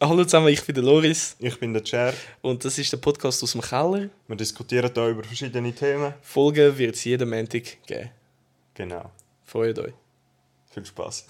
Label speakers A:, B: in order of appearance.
A: Hallo zusammen, ich bin der Loris
B: Ich bin der Cher.
A: und das ist der Podcast aus dem Keller.
B: Wir diskutieren hier über verschiedene Themen.
A: Folgen wird es jeden Montag geben.
B: Genau.
A: Freut euch.
B: Viel Spaß.